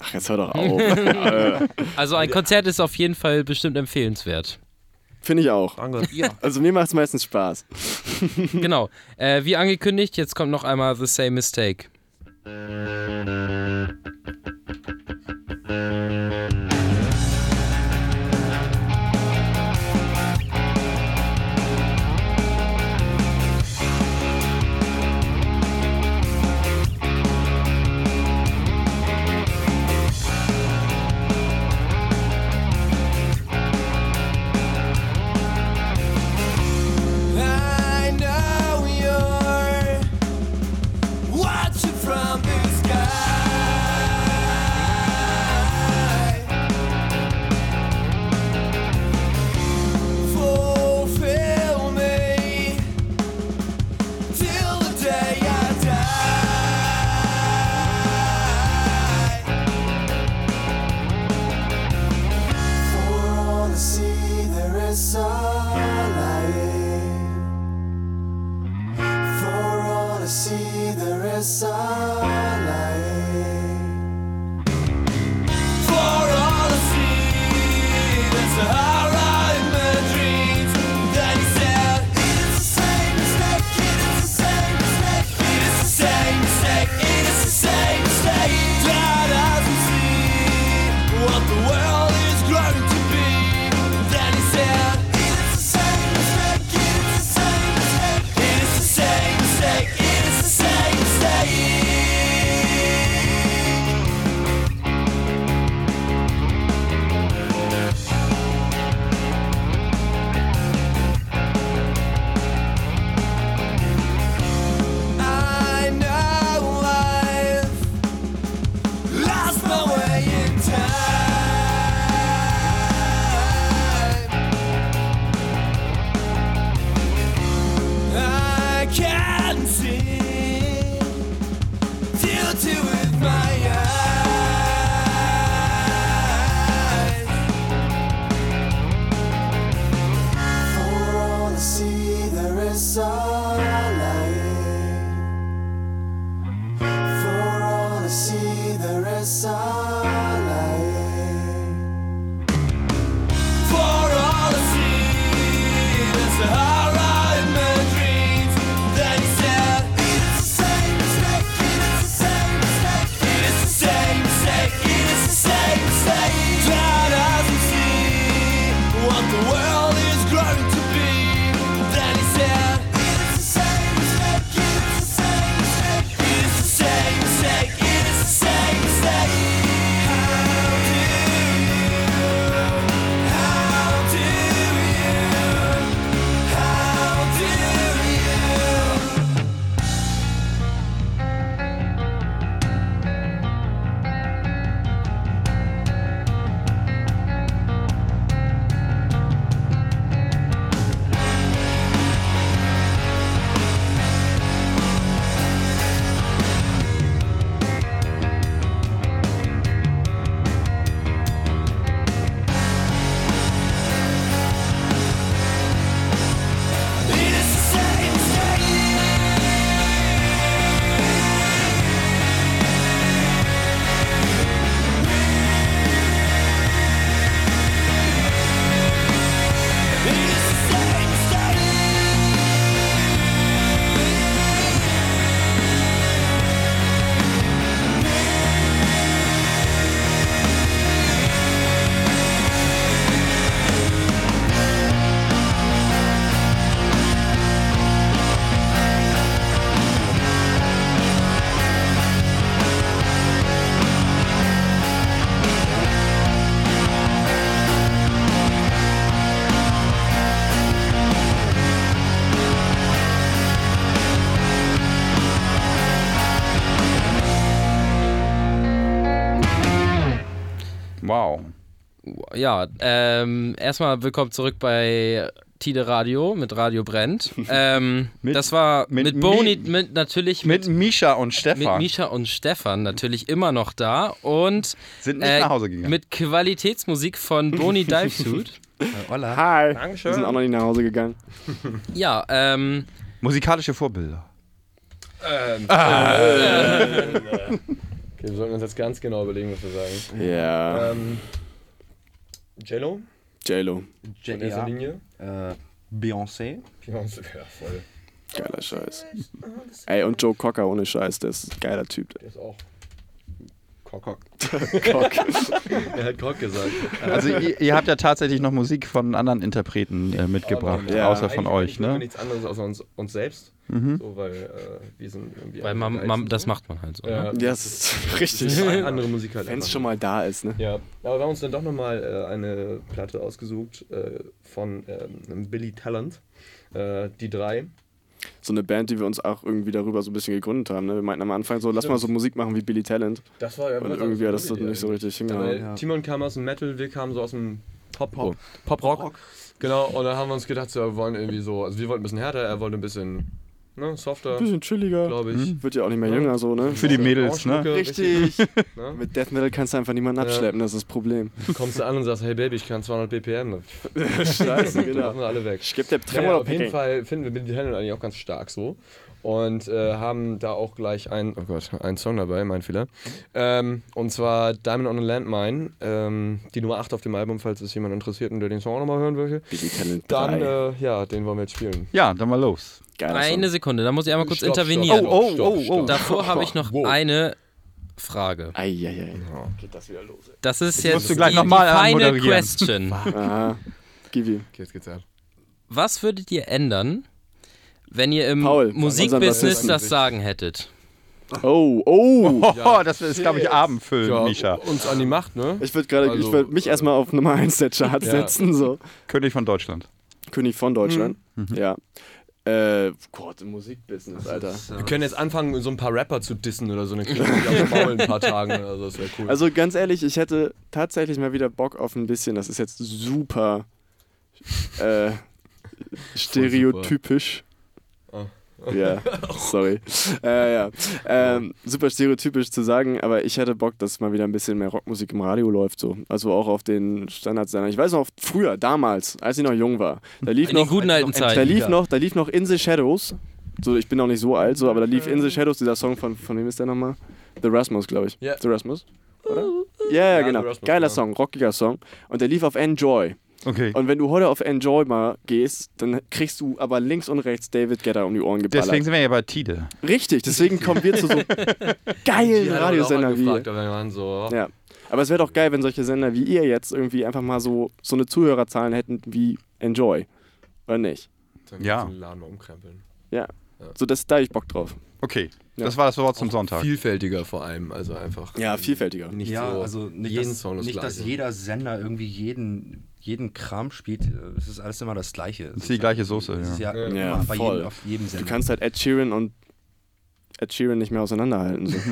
Ach, jetzt hör doch auf. [LAUGHS] Äh, Also ein Konzert ist auf jeden Fall bestimmt empfehlenswert. Finde ich auch. Danke. Also mir macht es meistens Spaß. Genau. Äh, wie angekündigt, jetzt kommt noch einmal The Same Mistake. I know you're watching from the sky. Fulfill me till the day I die. For all the sea, there is sunlight. For all the sea, there is sunlight. For all the sea, there's a horror in my dreams. Then he said, It is the same mistake, it is the same mistake, it is the same mistake, it is the same mistake. That doesn't see what the world is growing to be. Then he said, It's the same mistake, it's the same mistake, it's the same mistake, it's the same mistake. I know I've lost my way in time. I can see due to with my eyes. For all the sea, there is sunlight. For all to see, there is sunlight. For all to see, there's a horror in my dreams. Then he said, It's the same mistake, it's the same mistake, it's the same mistake, it's the same mistake. Try to see what the world is growing to be. Then he said, It's the same mistake, it's the same mistake, it's the same mistake, it's the same mistake. How do you? How do you? How ja, ähm, erstmal willkommen zurück bei Tide Radio mit Radio Brent. Ähm, [LAUGHS] Mit- das war mit mit, Boni, Mi- mit natürlich Mit Misha und mit Stefan Misha und Stefan natürlich immer noch da und sind nicht nach Hause gegangen. äh, mit Qualitätsmusik von [LAUGHS] Boni Divesuit. Hi. Wir sind Dankeschön. auch noch nicht nach Hause gegangen. ja, ähm, Musikalische Vorbilder. Okay, wir sollten uns jetzt ganz genau überlegen, was wir sagen. Ja. Ähm, Jello JLo. in erster Linie. Äh, Beyoncé. Beyoncé, ja, voll. Geiler Scheiß. Ey, und Joe Cocker ohne Scheiß, der ist ein geiler Typ. Der ist auch. Kock, [LAUGHS] Kock. Cock. Er hat Kock gesagt. Also ihr, ihr habt ja tatsächlich noch Musik von anderen Interpreten äh, mitgebracht, Ja. außer von euch, Wir ne? Mhm. nichts anderes außer uns, uns selbst. So, weil äh, wir sind irgendwie. weil man, man, das macht man halt so. Ja, Ne? Ja, das ist [LAUGHS] das richtig. ist eine andere Musik halt. Wenn es einfach. schon mal da ist, ne? Ja, aber wir haben uns dann doch nochmal äh, eine Platte ausgesucht äh, von ähm, Billy Talent. Äh, die drei. So eine Band, die wir uns auch irgendwie darüber so ein bisschen gegründet haben. Ne? Wir meinten am Anfang so, lass mal so Musik machen wie Billy Talent. Das war ja Und irgendwie hat das so nicht so richtig Weil hingehauen. Ja. Timon kam aus dem Metal, wir kamen so aus dem Pop, Pop. Pop-Rock. Genau, und dann haben wir uns gedacht, so, wir wollen irgendwie so, also wir wollten ein bisschen härter, er wollte ein bisschen ne, softer, Bisschen chilliger. glaube ich. Wird ja auch nicht mehr jünger so, ne? Für die Mädels, ne? Orangenschmucke, Ne? Mit Death Metal kannst du einfach niemanden abschleppen, das ist das [LAUGHS] Problem. Kommst du an und sagst, hey Baby, ich kann 200 BPM. Genau. ne? Scheiße, Dann laufen wir alle Genau. weg. Ich geb der genau. Naja, Tremolo auf jeden Fall finden wir Billy Talent eigentlich auch ganz stark so. Und äh, haben da auch gleich einen, oh Gott, einen Song dabei, mein Fehler. Ähm, und zwar Diamond on a Landmine, ähm, die Nummer 8 auf dem Album, falls es jemand interessiert und der den Song auch nochmal hören will. Billy Talent. Dann, drei. äh, ja, den wollen wir jetzt spielen. Ja, dann mal los. Geiler Eine Song. Sekunde, da muss ich einmal kurz Stopp, Oh, intervenieren. stopp, stopp, stopp, stopp. Davor habe ich noch eine Frage. Eieiei. Das ist musst jetzt du gleich die, noch mal die final anmoderieren. [LAUGHS] question. Aha. Gib ihm. Okay, jetzt geht's ab. Was würdet ihr ändern, wenn ihr im Paul, von unserem Musikbusiness Bassisten. das Sagen hättet? Oh, [LAUGHS] oh. Oh, das ist, glaube ich, Abendfüllen, Ja, Misha. uns an die Macht, ne? Ich würde gerade, Also, ich würde mich erstmal auf Nummer 1 der Charts Ja. setzen, so. König von Deutschland. König von Deutschland. Ja. Äh, Gott, im Musikbusiness, Alter. Wir können jetzt anfangen, so ein paar Rapper zu dissen oder so. Dann kriegen wir die auf den Maul in ein paar Tagen. Also, das wäre cool. Also ganz ehrlich, ich hätte tatsächlich mal wieder Bock auf ein bisschen, das ist jetzt super äh, stereotypisch. Ah. Ja, sorry. Äh, ja. Ähm, super stereotypisch zu sagen, aber ich hätte Bock, dass mal wieder ein bisschen mehr Rockmusik im Radio läuft. so. Also auch auf den Standardsendern. Ich weiß noch, früher, damals, als ich noch jung war, da lief In den noch guten alten da Zeiten. lief noch, da lief noch In the Shadows. So, ich bin noch nicht so alt, so, aber da lief Mhm. In the Shadows dieser Song von, von wem ist der nochmal? The Rasmus, glaube ich. Ja. The Rasmus, oder? Ja, ja, Ja, genau. The Rasmus, Geiler ja. Song, rockiger Song. Und der lief auf Enjoy. Okay. Und wenn du heute auf Enjoy mal gehst, dann kriegst du aber links und rechts David Guetta um die Ohren geballert. Deswegen sind wir ja bei Tide. Richtig, [LAUGHS] deswegen kommen wir zu so Die geilen hat uns auch Radiosendern wie. angefragt, aber wir waren so. Ja. Aber es wäre doch geil, wenn solche Sender wie ihr jetzt irgendwie einfach mal so, so eine Zuhörerzahlen hätten wie Enjoy. Oder nicht? Dann Ja. den Laden mal umkrempeln. Ja. So, das, da hab ich Bock drauf. Okay, Ja. das war das Wort zum Sonntag. Vielfältiger vor allem, also einfach. Ja, vielfältiger. Nicht Ja, so also nicht, jeden dass, Song ne? das nicht dass Gleiche. jeder Sender irgendwie jeden, jeden Kram spielt. Es ist alles immer das Gleiche. ist die gleiche Soße, Es ist ja. ja, Ja, immer bei voll. jedem, auf jedem Sender. Du kannst halt Ed Sheeran und Ed Sheeran nicht mehr auseinanderhalten. [LAUGHS]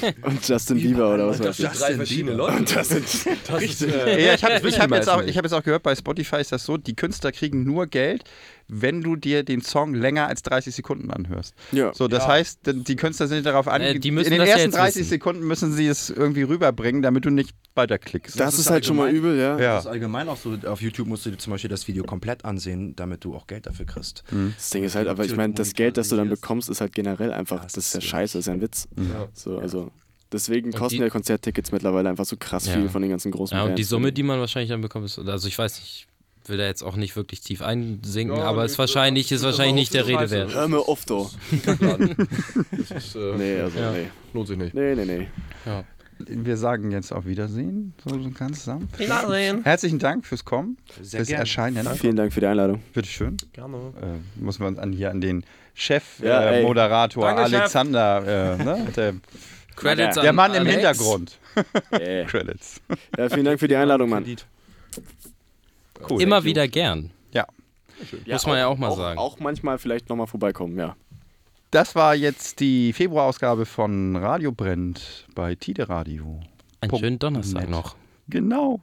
So. und Justin Bieber oder was weiß das ich. sind drei verschiedene Leute. Das sind [LAUGHS] Das ist, äh, Ja, [LAUGHS] ich habe ich hab wissen wir jetzt, auch- jetzt ich hab jetzt auch gehört, bei Spotify ist das so, die Künstler kriegen nur Geld, wenn du dir den Song länger als 30 Sekunden anhörst. Ja. So, das heißt, denn die Künstler sind darauf Äh, angewiesen. die müssen in den das ja ersten jetzt 30 wissen. Sekunden müssen sie es irgendwie rüberbringen, damit du nicht weiterklickst. das ist halt schon mal übel, ja. ja. Das ist allgemein auch so, auf YouTube musst du dir zum Beispiel das Video komplett ansehen, damit du auch Geld dafür kriegst. Das Ding ist halt, aber ich meine, das Geld, das du dann bekommst, ist halt generell einfach, das ist ja scheiße, ist ja ein Witz. So, also. Deswegen kosten die- ja Konzerttickets mittlerweile einfach so krass Ja. viel von den ganzen großen Ja, und Bands. die Summe, die man wahrscheinlich dann bekommt, ist, also ich weiß nicht, ich will da jetzt auch nicht wirklich tief einsinken, Ja, aber nö, es ist wahrscheinlich, ist das- das wahrscheinlich ist nicht der Rede auch scheiße. wert. Hör mir auf, doch. das ist, äh, Nee, also, Ja. nee. Lohnt sich nicht. Nee, nee, nee. Also, Wir sagen jetzt auf Wiedersehen, so ganz sanft. Herzlichen Dank fürs Kommen, Sehr fürs Erscheinen. Vielen Dank für die Einladung. Bitteschön. Gerne. Äh, muss man an, hier an den Ja, Chefmoderator äh, ey. Moderator Danke, Chef. Alexander, äh, ne? [LAUGHS] der, Credits Ja. an der Mann im Alex. Hintergrund. Äh. Credits. Ja, vielen Dank für die Einladung, Mann. Cool. Immer wieder gern. Ja. Muss man ja auch mal sagen. Auch manchmal vielleicht nochmal vorbeikommen, ja. Das war jetzt die Februarausgabe von Radio Brennt bei Tide Radio. Einen schönen Donnerstag Nett. noch. Genau.